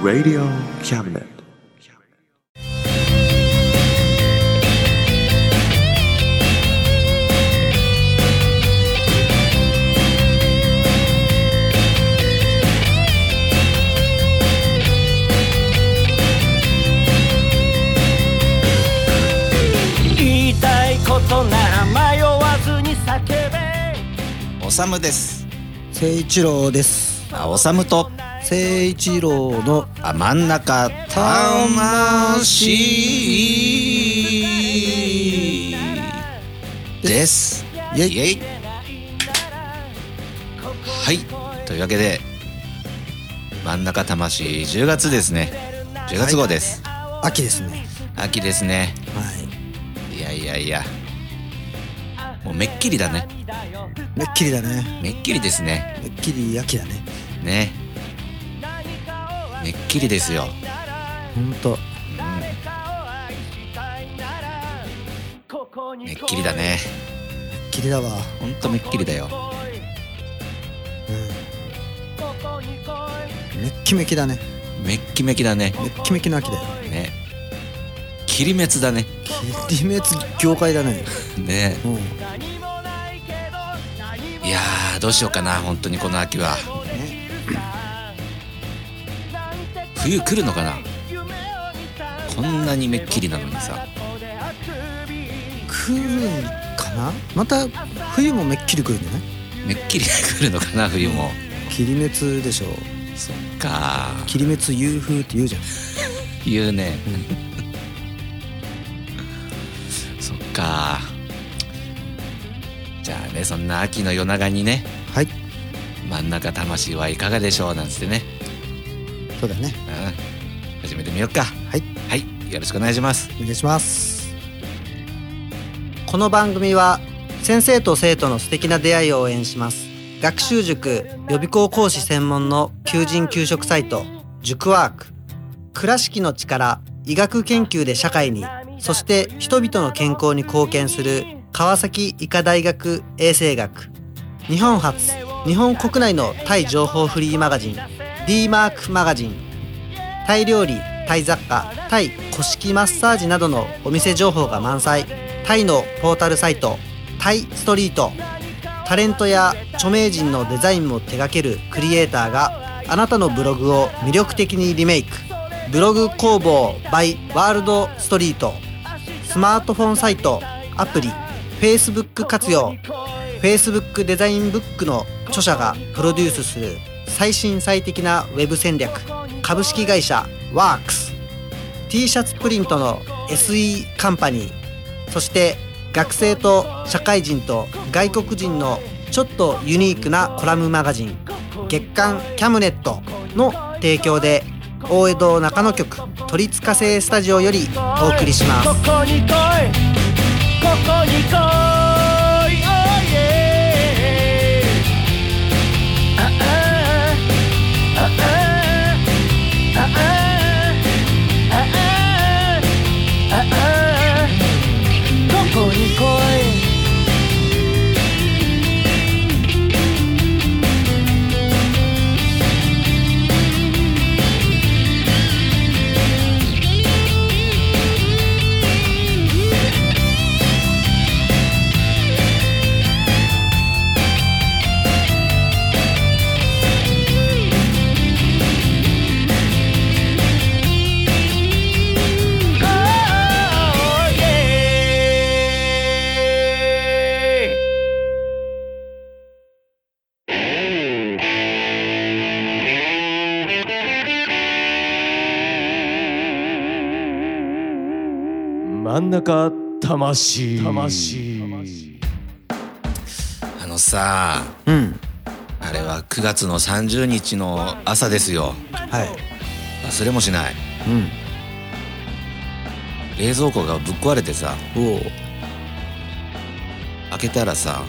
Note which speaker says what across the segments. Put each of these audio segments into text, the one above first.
Speaker 1: Radio Cabinet.
Speaker 2: 言いたいことなら迷わずに叫べ
Speaker 3: おさむです
Speaker 4: 誠一郎です
Speaker 3: あおさむと
Speaker 4: 誠一郎の
Speaker 3: あ真ん中魂ですイエイイエイはいというわけで真ん中魂10月ですね10月号です、
Speaker 4: 秋ですね
Speaker 3: 秋ですね
Speaker 4: はい
Speaker 3: いやいやいやもうめっきりだね
Speaker 4: めっきりだね
Speaker 3: めっきりですね
Speaker 4: めっきり秋だね
Speaker 3: ねめっきりですよ
Speaker 4: ほんと
Speaker 3: めっきりだね
Speaker 4: めっきりだわ
Speaker 3: ほんとめっきりだよ
Speaker 4: めっきめきだね
Speaker 3: めっきめきだね
Speaker 4: めっきめきの秋だよ
Speaker 3: ね切り滅だね
Speaker 4: 切り滅業界だね
Speaker 3: ね
Speaker 4: うん
Speaker 3: いやーどうしようかな本当にこの秋は冬来るのかなこんなにめっきりなのにさ
Speaker 4: 来るかなまた冬もめっきり来るんじゃない
Speaker 3: めっきり来るのかな冬も
Speaker 4: 切り滅でしょ
Speaker 3: そっか
Speaker 4: 切り滅夕風って言うじゃん
Speaker 3: 言うねそっかじゃあねそんな秋の夜長にね
Speaker 4: はい
Speaker 3: 真ん中魂はいかがでしょうなんつってね、
Speaker 4: そうだね
Speaker 3: うん、始めてみようか
Speaker 4: はい
Speaker 3: はいよろしくお願いします
Speaker 4: お願いしますこの番組は先生と生徒の素敵な出会いを応援します学習塾予備校講師専門の求人・求職サイト塾ワーク倉敷の力医学研究で社会にそして人々の健康に貢献する川崎医科大学衛生学日本初日本国内のタイ情報フリーマガジン d マークマガジンタイ料理タイ雑貨タイ古式マッサージなどのお店情報が満載タイのポータルサイトタイストリートタレントや著名人のデザインも手掛けるクリエイターがあなたのブログを魅力的にリメイクブログ工房 by ワールドストリートスマートフォンサイトアプリ Facebook 活用 Facebook デザインブックの著者がプロデュースする最新最適なウェブ戦略株式会社ワークス t シャツプリントの SE カンパニーそして学生と社会人と外国人のちょっとユニークなコラムマガジン月刊キャムネットの提供で大江戸中野局鳥塚製スタジオよりお送りします
Speaker 2: ここに来いここに来い Oh yeah ああああああああああここに来い
Speaker 5: 真ん中魂魂
Speaker 3: あのさ
Speaker 4: うん
Speaker 3: あれは9月の30日の朝ですよ
Speaker 4: はい
Speaker 3: 忘れもしない
Speaker 4: うん
Speaker 3: 冷蔵庫がぶっ壊れてさ
Speaker 4: おお
Speaker 3: 開けたらさ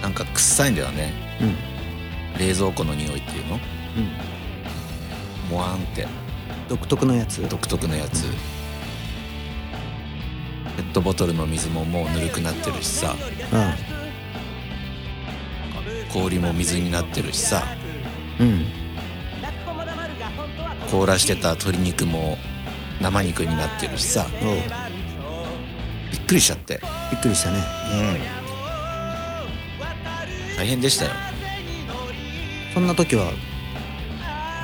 Speaker 3: なんか臭いんだよね
Speaker 4: うん
Speaker 3: 冷蔵庫の匂いっていうの
Speaker 4: うん
Speaker 3: モワンって
Speaker 4: 独特のやつ
Speaker 3: 独特のやつペットボトルの水ももうぬるくなってるしさ
Speaker 4: う
Speaker 3: 氷も水になってるしさ
Speaker 4: うん
Speaker 3: 凍らしてた鶏肉も生肉になってるしさ
Speaker 4: おう
Speaker 3: びっくりしちゃって
Speaker 4: びっくりしたね
Speaker 3: 大変でしたよ
Speaker 4: そんな時は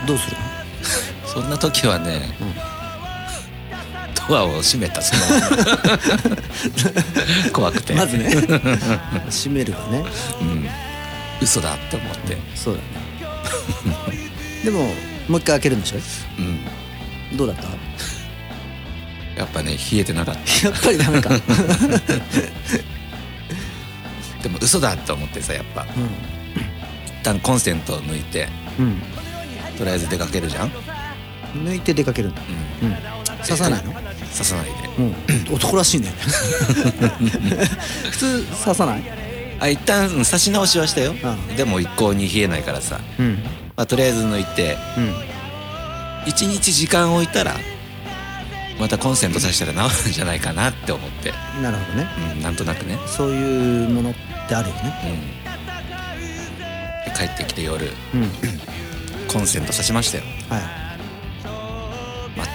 Speaker 4: どうするの
Speaker 3: そんな時はね、ドアを閉めたそ の怖くて
Speaker 4: まずね 閉めるわね
Speaker 3: うん、嘘だって思って、
Speaker 4: そうだね でももう一回開けるんでしょ
Speaker 3: うん、
Speaker 4: どうだった
Speaker 3: やっぱね冷えてなかった
Speaker 4: やっぱりダメ か、
Speaker 3: でも嘘だって思ってさやっぱ一旦コンセントを抜いて
Speaker 4: うん
Speaker 3: とりあえず出かけるじゃん、うん、
Speaker 4: うん、抜いて出かけるんだ、うん、刺さないの
Speaker 3: 刺さないで
Speaker 4: うん、男らしい ね普通刺さない
Speaker 3: あ一旦うん刺し直しはしたよ、
Speaker 4: う
Speaker 3: でも一向に冷えないからさ、
Speaker 4: うんうん
Speaker 3: まあ、とりあえず抜いて1日時間置いたらまたコンセント刺したら治るんじゃないかなって思って、
Speaker 4: なるほどね
Speaker 3: うん、なんとなくね、
Speaker 4: そういうものってあるよね
Speaker 3: うん、で帰ってきて夜
Speaker 4: うん
Speaker 3: コンセント刺しましたよ
Speaker 4: は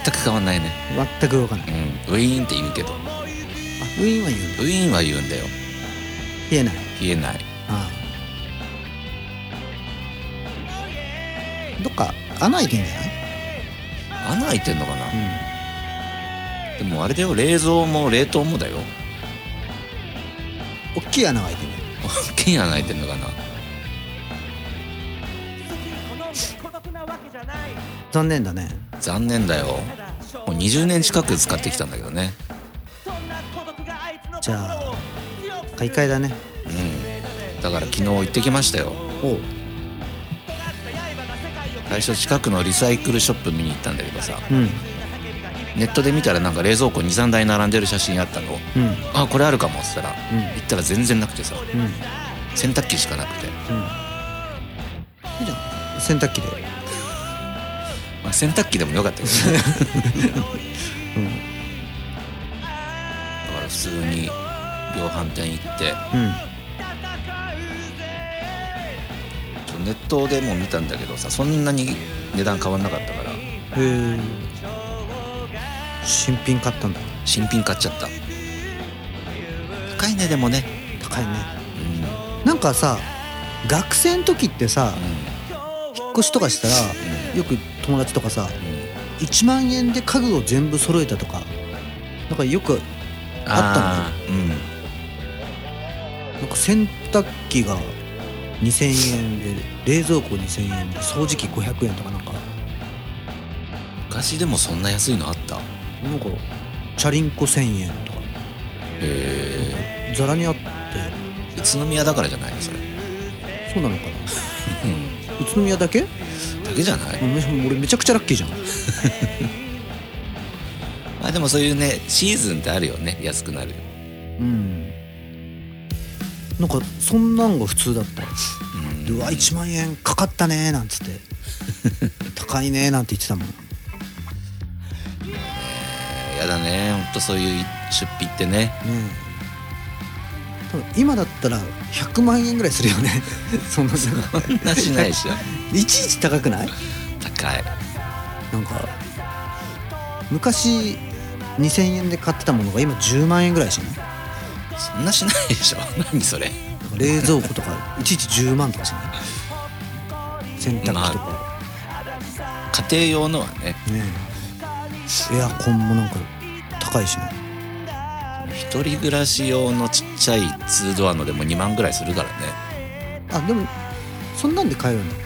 Speaker 3: 全く変わんないね
Speaker 4: い全く動かない
Speaker 3: うん、ウィーンって言うけど
Speaker 4: あウィーンは言うんだ
Speaker 3: ウィーンは言うんだよ
Speaker 4: 言えない
Speaker 3: 言えない
Speaker 4: ああどっか穴開いてんじゃない
Speaker 3: 穴開いてんのかな
Speaker 4: う、
Speaker 3: で
Speaker 4: ん
Speaker 3: もあれだよ冷蔵も冷凍もだよ
Speaker 4: 大きい穴が開いてる
Speaker 3: 大きい穴開いてんのかな
Speaker 4: 残念だね
Speaker 3: 残念だよもう20年近く使ってきたんだけどね
Speaker 4: じゃあ買い替えだね
Speaker 3: うんだから昨日行ってきましたよ
Speaker 4: おう
Speaker 3: 最初近くのリサイクルショップ見に行ったんだけどさ
Speaker 4: うん
Speaker 3: ネットで見たらなんか冷蔵庫23台並んでる写真あったの
Speaker 4: うん
Speaker 3: あこれあるかもっつったら、
Speaker 4: うん
Speaker 3: 行ったら全然なくてさ
Speaker 4: うんうん
Speaker 3: 洗濯機しかなくて、
Speaker 4: いいじゃん洗濯機で
Speaker 3: まあ、洗濯機でもよかったけどね
Speaker 4: うん
Speaker 3: だから普通に量販店行って
Speaker 4: うん
Speaker 3: ちょネットでも見たんだけどさそんなに値段変わんなかったから
Speaker 4: へえ新品買ったんだ
Speaker 3: 新品買っちゃった高いねでもね
Speaker 4: 高いね
Speaker 3: うん
Speaker 4: なんかさ学生の時ってさ
Speaker 3: う
Speaker 4: 引っ越しとかしたらよく友達とかさ
Speaker 3: んうん
Speaker 4: 1万円で家具を全部揃えたとかなんかよくあ
Speaker 3: ったのうん
Speaker 4: なんか洗濯機が2000円で冷蔵庫2000円で掃除機500円とかなんか
Speaker 3: 昔でもそんな安いのあったへ
Speaker 4: なんかチャリンコ1000円とか
Speaker 3: え
Speaker 4: ザラにあって
Speaker 3: 宇都宮だからじゃないのそれ
Speaker 4: そうなのかな
Speaker 3: うん
Speaker 4: 宇都宮だけ
Speaker 3: だけじゃない、
Speaker 4: め俺めちゃくちゃラッキーじゃん
Speaker 3: まあでもそういうねシーズンってあるよね安くなる
Speaker 4: うんなんかそんなんが普通だった
Speaker 3: うん
Speaker 4: でうわ1万円かかったねーなんつって 高いねーなんて言ってたもん
Speaker 3: やだねほんとそういう出費ってね
Speaker 4: ねえ多分今だったら100万円ぐらいするよね そんなさ
Speaker 3: そ んなしないで しょ
Speaker 4: いちいち高くない
Speaker 3: 高い
Speaker 4: なんか昔2000円で買ってたものが今10万円ぐらいしない
Speaker 3: そんなしないでしょ何それ
Speaker 4: なんか冷蔵庫と かいちいち10万とかしない洗濯機とか、
Speaker 3: 家庭用のはね
Speaker 4: ねえエアコンもなんか高いしね
Speaker 3: 一人暮らし用のちっちゃい2ドアのでも2万ぐらいするから
Speaker 4: あでもそんなんで買えるんだ
Speaker 3: ね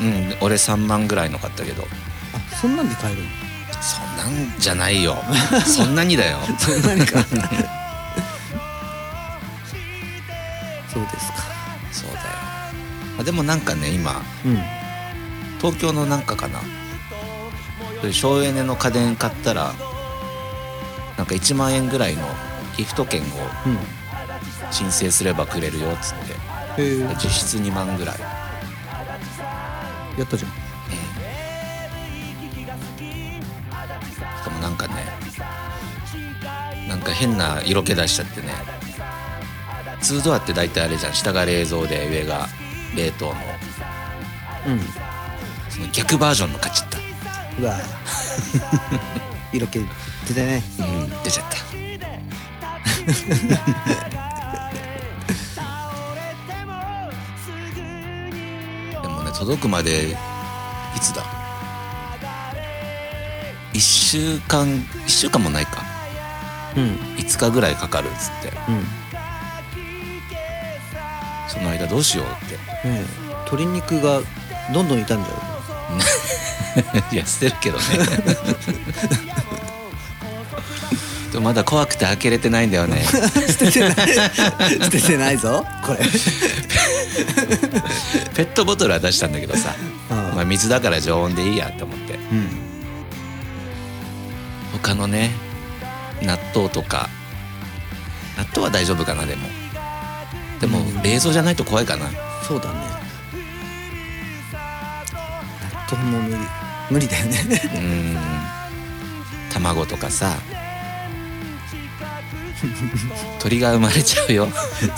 Speaker 3: うん俺3万ぐらいの買ったけど
Speaker 4: あそんなんで買えるんだ
Speaker 3: そんなんじゃない よそんなにだよ
Speaker 4: そんなに 買えるそうですか
Speaker 3: そうだよあでもなんかね今
Speaker 4: うん
Speaker 3: 東京のなんかかなそういう省エネの家電買ったらなんか1万円ぐらいのギフト券を
Speaker 4: うん
Speaker 3: 申請すればくれるよっつって
Speaker 4: へえ
Speaker 3: 実質2万ぐらい
Speaker 4: やったじゃん
Speaker 3: しかもなんかねなんか変な色気出しちゃってね2ドアって大体あれじゃん下が冷蔵で上が冷凍の
Speaker 2: うん
Speaker 3: その逆バージョンの買っちゃっ
Speaker 2: う わ色気出てね
Speaker 3: たうん出ちゃった でもね届くまでいつだ1週間1週間もないか
Speaker 2: うん
Speaker 3: 5日ぐらいかかるっつって
Speaker 2: うん
Speaker 3: その間どうしようって
Speaker 2: ねえ鶏肉がどんどん傷んじゃ
Speaker 3: いや捨てる けどねでもまだ怖くて開けれてないんだよね
Speaker 2: う捨ててない捨ててないぞこれ
Speaker 3: ペットボトルは出したんだけどさ、
Speaker 2: うん
Speaker 3: まあ、水だから常温でいいやと思って
Speaker 2: うん
Speaker 3: 他のね納豆とか納豆は大丈夫かなでもでも冷蔵じゃないと怖いかな
Speaker 2: そうだね納豆も無理無理だよね
Speaker 3: うーん卵と かさ鳥が生まれちゃうよ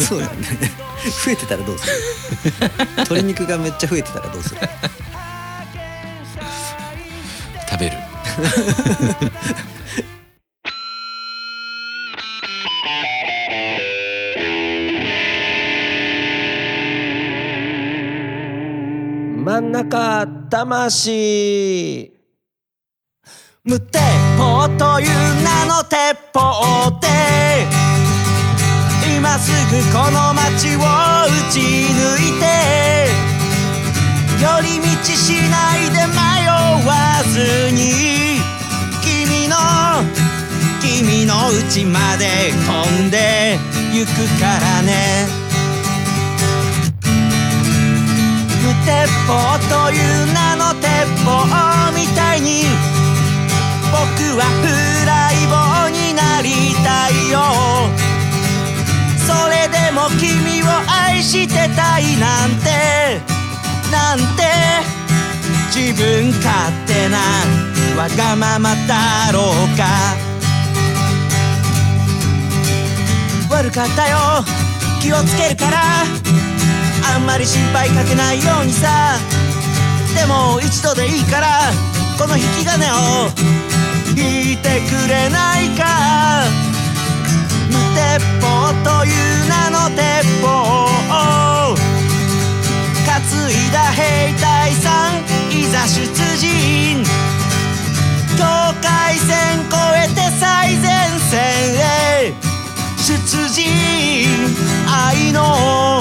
Speaker 2: そうだね増えてたらどうする鶏肉がめっちゃ増えてたらどうする
Speaker 3: 食べる
Speaker 5: 真ん中魂
Speaker 4: 無鉄砲という名の鉄砲で今すぐこの街を打ち抜いて寄り道しないで迷わずに君の君の家まで飛んでゆくからね無鉄砲という名の鉄砲みたいに僕はフライボーになりたいよそれでも君を愛してたいなんてなんて自分勝手なわがままだろうか悪かったよ気をつけるからあんまり心配かけないようにさでも一度でいいからこの引き金を引いてくれないか無鉄砲という名の鉄砲を担いだ兵隊さんいざ出陣境界線越えて最前線へ出陣愛の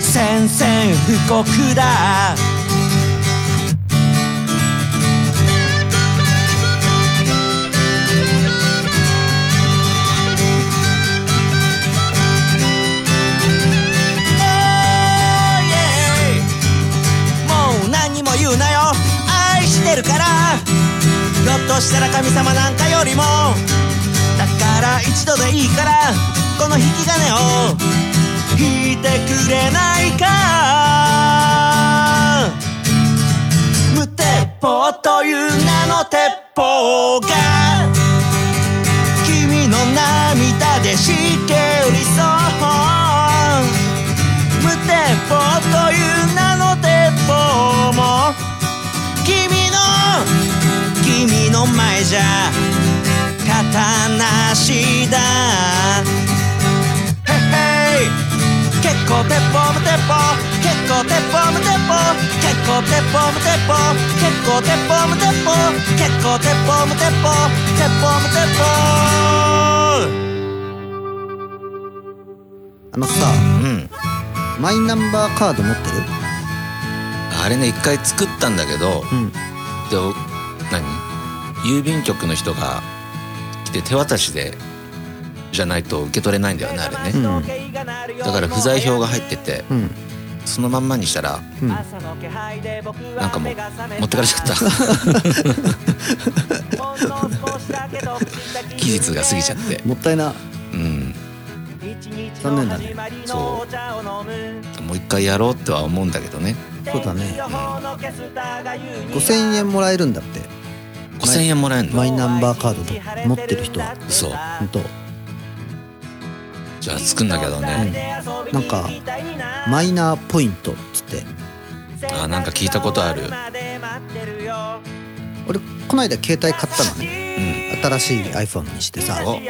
Speaker 4: 宣戦布告だもう何も言うなよ愛してるからひょっとしたら神様なんかよりもだから一度でいいからこの引き金を引いてくれないか無鉄砲という名の鉄砲が君の涙でしけりそう無鉄砲という名の鉄砲も君の君の前じゃ刀なしだへっへい結構鉄砲も鉄砲結構鉄砲も鉄砲結構鉄砲も鉄砲結構鉄砲も鉄砲結構鉄砲も鉄砲鉄砲も鉄砲
Speaker 2: あのさ
Speaker 3: うん
Speaker 2: マイナンバーカード持ってる
Speaker 3: あれね一回作ったんだけど、
Speaker 2: ん
Speaker 3: でお何郵便局の人が来て手渡しでじゃないと受け取れないんだよねあれね、だから不在票が入ってて
Speaker 2: うん
Speaker 3: そのまんまにしたら
Speaker 2: うん
Speaker 3: なんかもう持ってかれちゃった 期日が過ぎちゃって
Speaker 2: もったいな
Speaker 3: うん
Speaker 2: 残念だね
Speaker 3: そうもう一回やろうとは思うんだけどね
Speaker 2: そうだね5000円もらえるんだって
Speaker 3: 5000円もらえるの
Speaker 2: マイナンバーカード持ってる人は
Speaker 3: 嘘
Speaker 2: 本当
Speaker 3: じゃあ作んなきゃだね、
Speaker 4: なんかマイナーポイントっつって
Speaker 3: あなんか聞いたことある
Speaker 4: 俺この間携帯買ったのね
Speaker 3: うん
Speaker 4: 新しい iPhone にしてさ
Speaker 3: お
Speaker 4: そし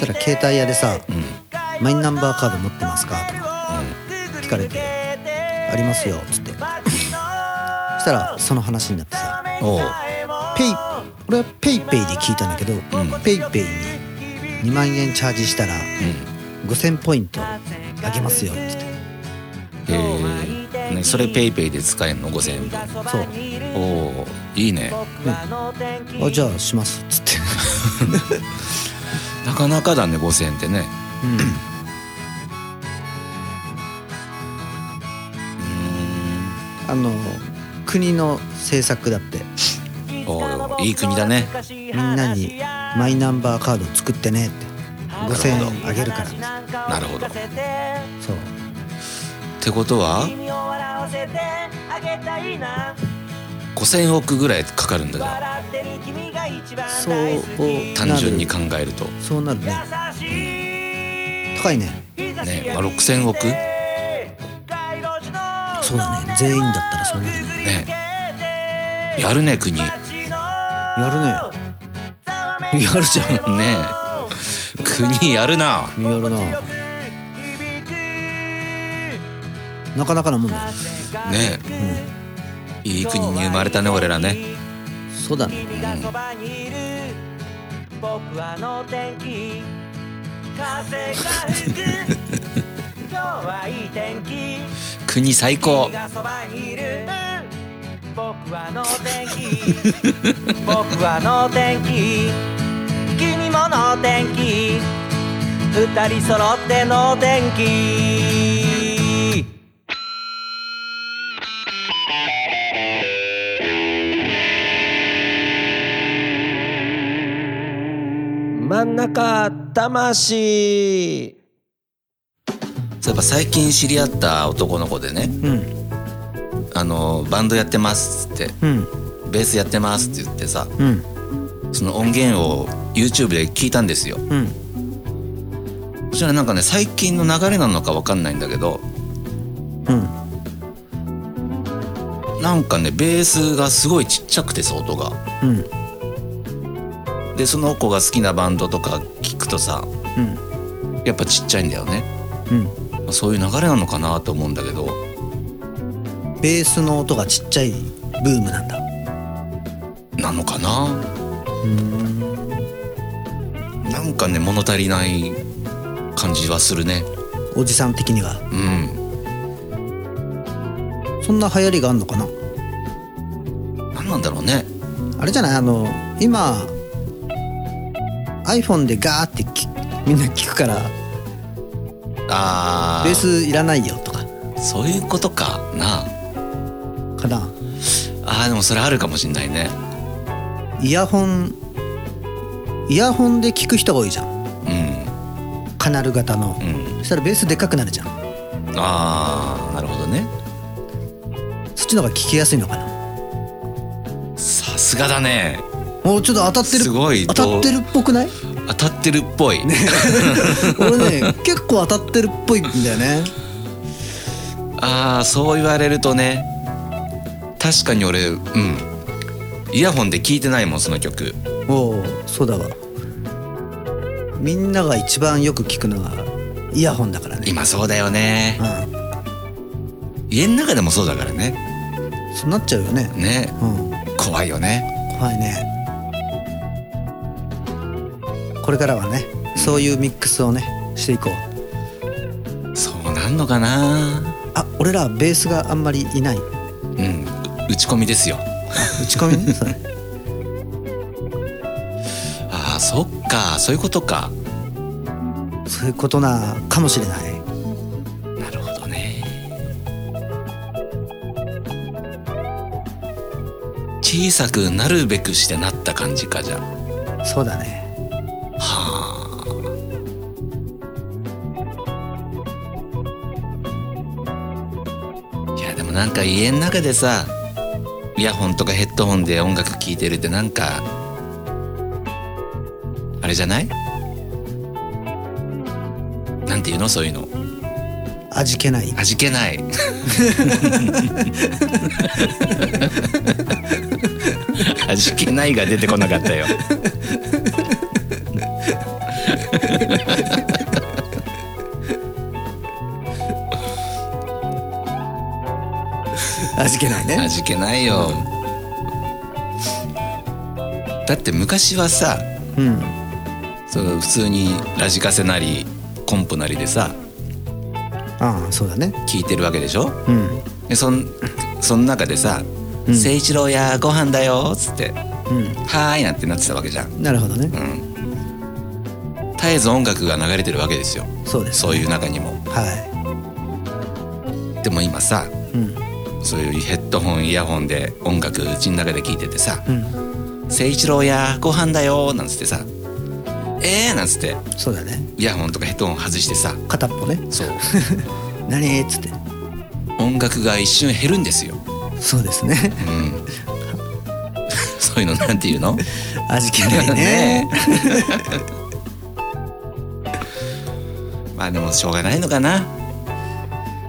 Speaker 4: たら携帯屋でさ
Speaker 3: うん
Speaker 4: 「マイナンバーカード持ってますか?」とか聞かれて「ありますよ」っつってそしたらその話になってさ
Speaker 3: うんおう
Speaker 4: ペイ俺はペイペイで聞いたんだけど、
Speaker 3: ん
Speaker 4: ペイペイに2万円チャージしたら
Speaker 3: うん
Speaker 4: 5,000ポイントあげますよっつって
Speaker 3: へえ、ね、それペイペイで使えんの5000円分
Speaker 4: そう
Speaker 3: おおいいね
Speaker 4: 「あじゃあします」っつって、
Speaker 3: なかなかだね5000円ってね
Speaker 4: あの国の政策だって
Speaker 3: うーんおおいい国だね
Speaker 4: みんなにマイナンバーカード作ってねって5,000円あげるから
Speaker 3: なるほどっ
Speaker 4: そう
Speaker 3: てことは5000億ぐらいかかるんだじゃ
Speaker 4: そう
Speaker 3: あ単純に考えると
Speaker 4: そうなるね高いね
Speaker 3: ねまあ6000億ね
Speaker 4: そうだね全員だったらそうなるね
Speaker 3: やるね国ね
Speaker 4: やるねやるじゃんや
Speaker 3: 国やるな
Speaker 4: るななかなかなもんだね
Speaker 3: ねいい国に生まれたね俺らね
Speaker 4: そうだね
Speaker 2: 君がそばにいる僕はの天気風が吹く今日はいい 天気
Speaker 3: 国最高
Speaker 2: 君がそばにいる僕はの天気僕はの天気君もの天気二人揃っての天気
Speaker 5: 真ん中魂
Speaker 3: そういえば最近知り合った男の子でね
Speaker 4: うん
Speaker 3: あのバンドやってますっつって
Speaker 4: うん
Speaker 3: ベースやってますって言ってさ
Speaker 4: うん
Speaker 3: その音源を YouTube で聞いたんですよ
Speaker 4: うん
Speaker 3: そしたらなんかね最近の流れなのかわかんないんだけど
Speaker 4: うん
Speaker 3: なんかねベースがすごいちっちゃくてさ音が
Speaker 4: うん
Speaker 3: でその子が好きなバンドとか聞くとさ
Speaker 4: うん
Speaker 3: やっぱちっちゃいんだよね
Speaker 4: うん
Speaker 3: そういう流れなのかなと思うんだけど
Speaker 4: ベースの音がちっちゃいブームなんだ
Speaker 3: なのかななんかね物足りない感じはするね
Speaker 4: おじさん的には
Speaker 3: うん
Speaker 4: そんな流行りがあんのかな
Speaker 3: 何なんだろうね
Speaker 4: あれじゃないあの今 iPhone でガーってきみんな聞くから
Speaker 3: あー
Speaker 4: ベースいらないよとか
Speaker 3: そういうことかな
Speaker 4: かな
Speaker 3: あーでもそれあるかもしんないね
Speaker 4: イヤホンイヤホンで聞く人が多いじゃん
Speaker 3: う
Speaker 4: カナル型の
Speaker 3: んうん
Speaker 4: そしたらベースでっかくなるじゃん
Speaker 3: ああなるほどね
Speaker 4: そっちの方が聞きやすいのかな
Speaker 3: さすがだね
Speaker 4: もうちょっと当たってる
Speaker 3: すごい
Speaker 4: 当たってるっぽくない
Speaker 3: 当たってるっぽい、
Speaker 4: 俺ね結構当たってるっぽいんだよね
Speaker 3: ああそう言われるとね確かに俺うんイヤホンで聞いてないもんその曲
Speaker 4: おおそうだわみんなが一番よく聞くのはイヤホンだからね
Speaker 3: 今そうだよね
Speaker 4: うん
Speaker 3: 家の中でもそうだからね
Speaker 4: そうなっちゃうよね
Speaker 3: ね
Speaker 4: うん
Speaker 3: 怖いよね
Speaker 4: 怖いねこれからはねそういうミックスをねしていこう
Speaker 3: そうなんのかな
Speaker 4: あ俺らベースがあんまりいない
Speaker 3: うん打ち込みですよ
Speaker 4: 打ち込み ねそれ
Speaker 3: ああそっかそういうことか
Speaker 4: そういうことなかもしれない
Speaker 3: なるほどね小さくなるべくしてなった感じかじゃあ
Speaker 4: そうだね
Speaker 3: いやでもなんか家の中でさイヤホンとかヘッドホンで音楽聴いてるってなんかあれじゃないなんなんていうのそういうの
Speaker 4: 味気ない
Speaker 3: 味気ない味気ないが出てこなかったよ
Speaker 4: 味気ないね
Speaker 3: 味気ないよだって昔はさ
Speaker 4: うん
Speaker 3: その普通にラジカセなりコンポなりでさ
Speaker 4: ああそうだね
Speaker 3: 聴いてるわけでしょ
Speaker 4: うん
Speaker 3: でそんその中でさ「誠、一郎やご飯だよ」っつって
Speaker 4: うん
Speaker 3: 「はーい」なんてなってたわけじゃん。
Speaker 4: なるほどね
Speaker 3: うん、絶えず音楽が流れてるわけですよ
Speaker 4: そうです
Speaker 3: そういう中にも。
Speaker 4: は
Speaker 3: でも今さ
Speaker 4: いうん
Speaker 3: そういうヘッドホンイヤホンで音楽うちの中で聴いててさ
Speaker 4: うん
Speaker 3: 「誠一郎やご飯だよ」なんつってさ「えー」なんつって
Speaker 4: そうだね
Speaker 3: イヤホンとかヘッドホン外してさ
Speaker 4: 片っぽね
Speaker 3: そう
Speaker 4: 何っつって
Speaker 3: 音楽が一瞬減るんですよ。
Speaker 4: そうですね
Speaker 3: うん そういうのなんていうの
Speaker 4: 味気ないね
Speaker 3: まあでもしょうがないのかな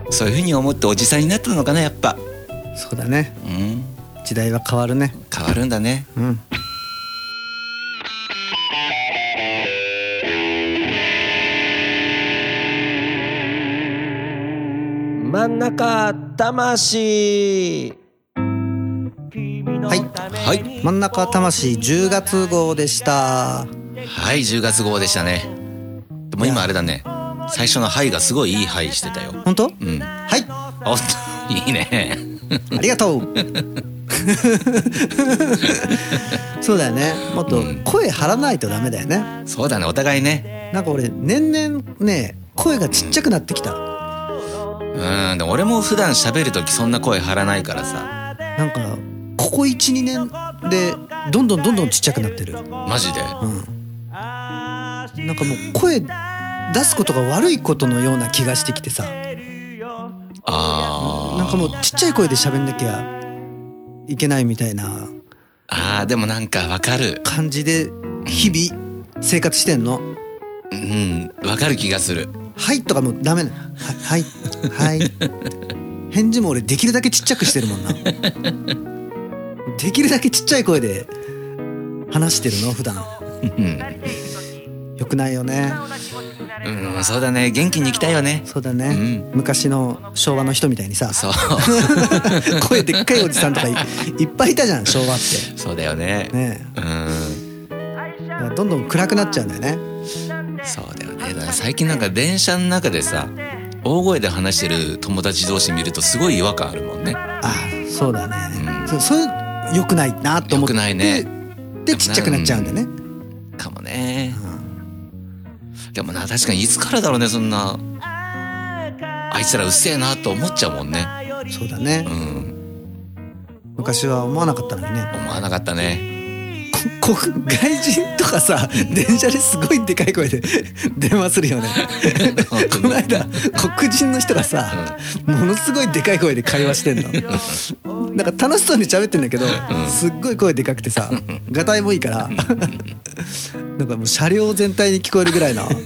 Speaker 3: そういうふうに思っておじさんになったのかなやっぱ
Speaker 4: そうだね
Speaker 3: うん
Speaker 4: 時代は変わるね
Speaker 3: 変わるんだね
Speaker 4: うん
Speaker 5: 真ん中魂
Speaker 4: はい
Speaker 3: はい
Speaker 4: 真ん中魂10月号でし
Speaker 3: は
Speaker 4: た
Speaker 3: い10月号でしたねでも今あれだね最初の「はい」がすごいいい「はい」してたよ
Speaker 4: 本当
Speaker 3: うん
Speaker 4: はい
Speaker 3: おっといいね
Speaker 4: ありがと うそうだよねもっと声張らないとダメだよね
Speaker 3: そうだねお互いね
Speaker 4: なんか俺年々ね声がちっちゃくなってきた
Speaker 3: うんでも俺も普段喋る時そんな声張らないからさ
Speaker 4: なんかここ12年でどんどんどんどんちっちゃくなってるう
Speaker 3: マジで
Speaker 4: んなんかもう声出すことが悪いことのような気がしてきてさ
Speaker 3: あー
Speaker 4: なんかもうちっちゃい声で喋んなきゃいけないみたいな
Speaker 3: あーでもなんかわかる
Speaker 4: 感じで日々生活してんの。
Speaker 3: うんわかる気がする
Speaker 4: はいとかもうダメなの。はいはい。はい、返事も俺できるだけちっちゃくしてるもんな。できるだけちっちゃい声で話してるの普段。
Speaker 3: うん
Speaker 4: よくないよね。
Speaker 3: うん、そうだね元気に行きたいよね
Speaker 4: そうだね。昔の昭和の人みたいにさ、
Speaker 3: そう
Speaker 4: 声でっかいおじさんとかいいっぱいいたじゃん昭和っ
Speaker 3: そうだよね
Speaker 4: て。ね
Speaker 3: うん
Speaker 4: えだからどんどん暗くなっちゃうんだよね。
Speaker 3: そうだよねだから最近なんか電車の中でさ大声で話してる友達同士見るとすごい違和感あるもんね
Speaker 4: ああそうだね。
Speaker 3: うん
Speaker 4: そうそういう良くないなと思って。
Speaker 3: 良くないね
Speaker 4: でちっちゃくなっちゃうんだよね。
Speaker 3: かもね、でもな確かにいつからだろうねそんなあいつらうっせえなと思っちゃうもんね
Speaker 4: そうだね
Speaker 3: う。ん
Speaker 4: 昔は思わなかったのにね。
Speaker 3: 思わなかったね
Speaker 4: こ国外人とかさ電車ですごいでかい声で電話するよね
Speaker 3: 本当
Speaker 4: こ
Speaker 3: に
Speaker 4: の間黒人の人がさ、ものすごいでかい声で会話してんのなんか楽しそうに喋ってんだけど、すっごい声でかくてさがたいもいいからなんかもう車両全体に聞こえるぐらいのわっはっ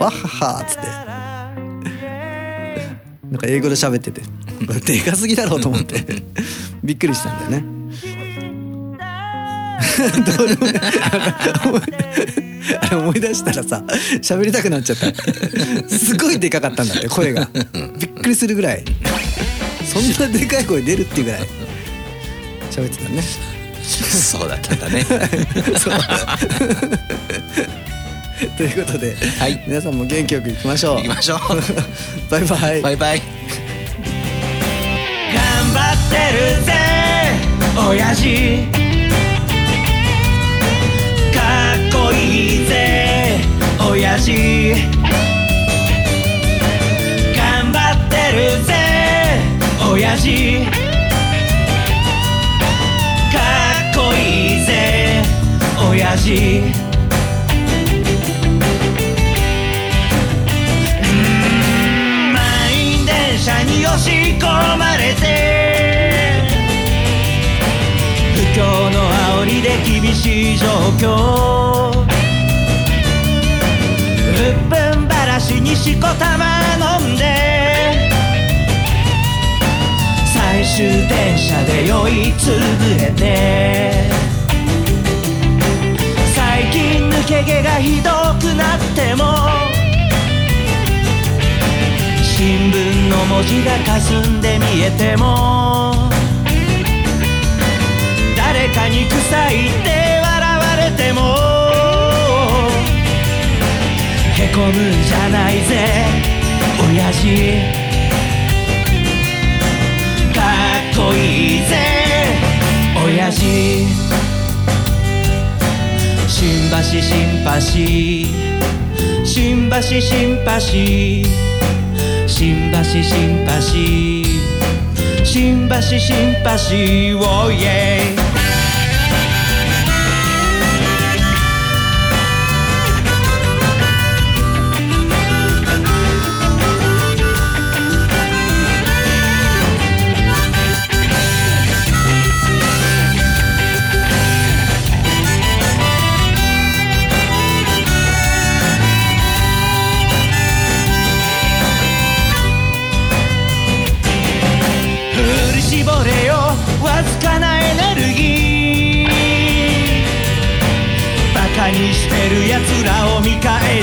Speaker 4: はーっつってなんか英語で喋 っててこれでかすぎだろうと思って びっくりしたんだよねどうでもねあれ思い出したらさ喋りたくなっちゃったすごいでかかったんだって声がびっくりするぐらいそんなでかい声出るっていうぐらい喋ってたね
Speaker 3: そうだったんだね
Speaker 4: ということで、
Speaker 3: はい
Speaker 4: 皆さんも元気よくいきましょう
Speaker 3: 行きましょう
Speaker 4: バイバイ
Speaker 3: バイバイ
Speaker 2: 頑張ってるぜ親父かっこいいぜ親父頑張ってるぜ親父かっこいいぜ親父満員電車に押し込まれて不況の煽りで厳しい状況鬱憤しにしこたま飲んで最終電車で酔いつぶれて最近抜け毛がひどくなっても新聞の文字が霞んで見えても誰かに臭いって笑われてもへこむんじゃないぜ親父かっこいいぜ親父新橋シンパシー新橋シンパシー新橋シンパシー新橋シンパシーおいえ振り絞れよわずかなエネルギーバカにしてるやつらを見返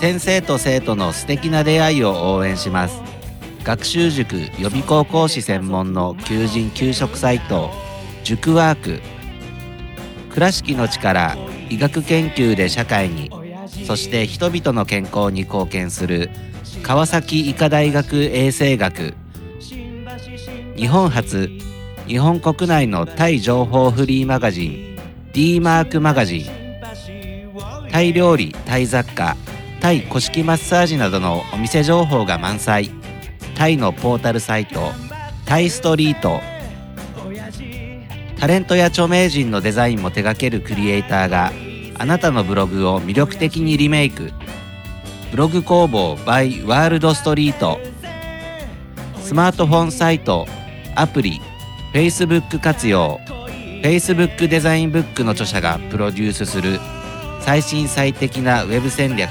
Speaker 5: 先生と生徒の素敵な出会いを応援します学習塾予備高校師専門の求人・給食サイト塾ワーク倉敷の力医学研究で社会にそして人々の健康に貢献する川崎医科大学衛生学日本初日本国内のタイ情報フリーマガジン D マークマガジンタイ料理タイ雑貨タイ古式マッサージなどのお店情報が満載タイのポータルサイトタイストリートタレントや著名人のデザインも手掛けるクリエイターがあなたのブログを魅力的にリメイクブログ工房 by ワールドストリートスマートフォンサイトアプリ Facebook 活用 Facebook デザインブックの著者がプロデュースする最新最適なウェブ戦略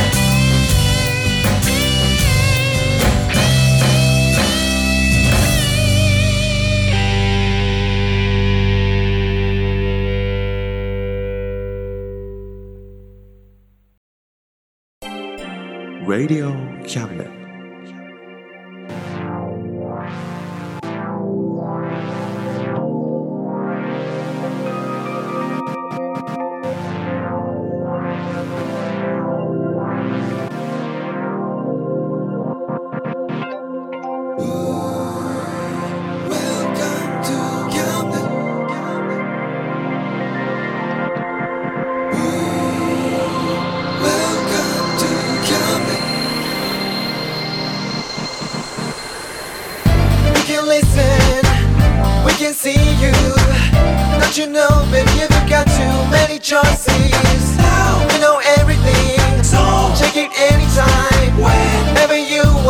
Speaker 1: Radio Cabinet.
Speaker 4: We can listen, we can see you. Don't you know, baby, you've got too many choices. Now we know everything, so check it anytime, whenever you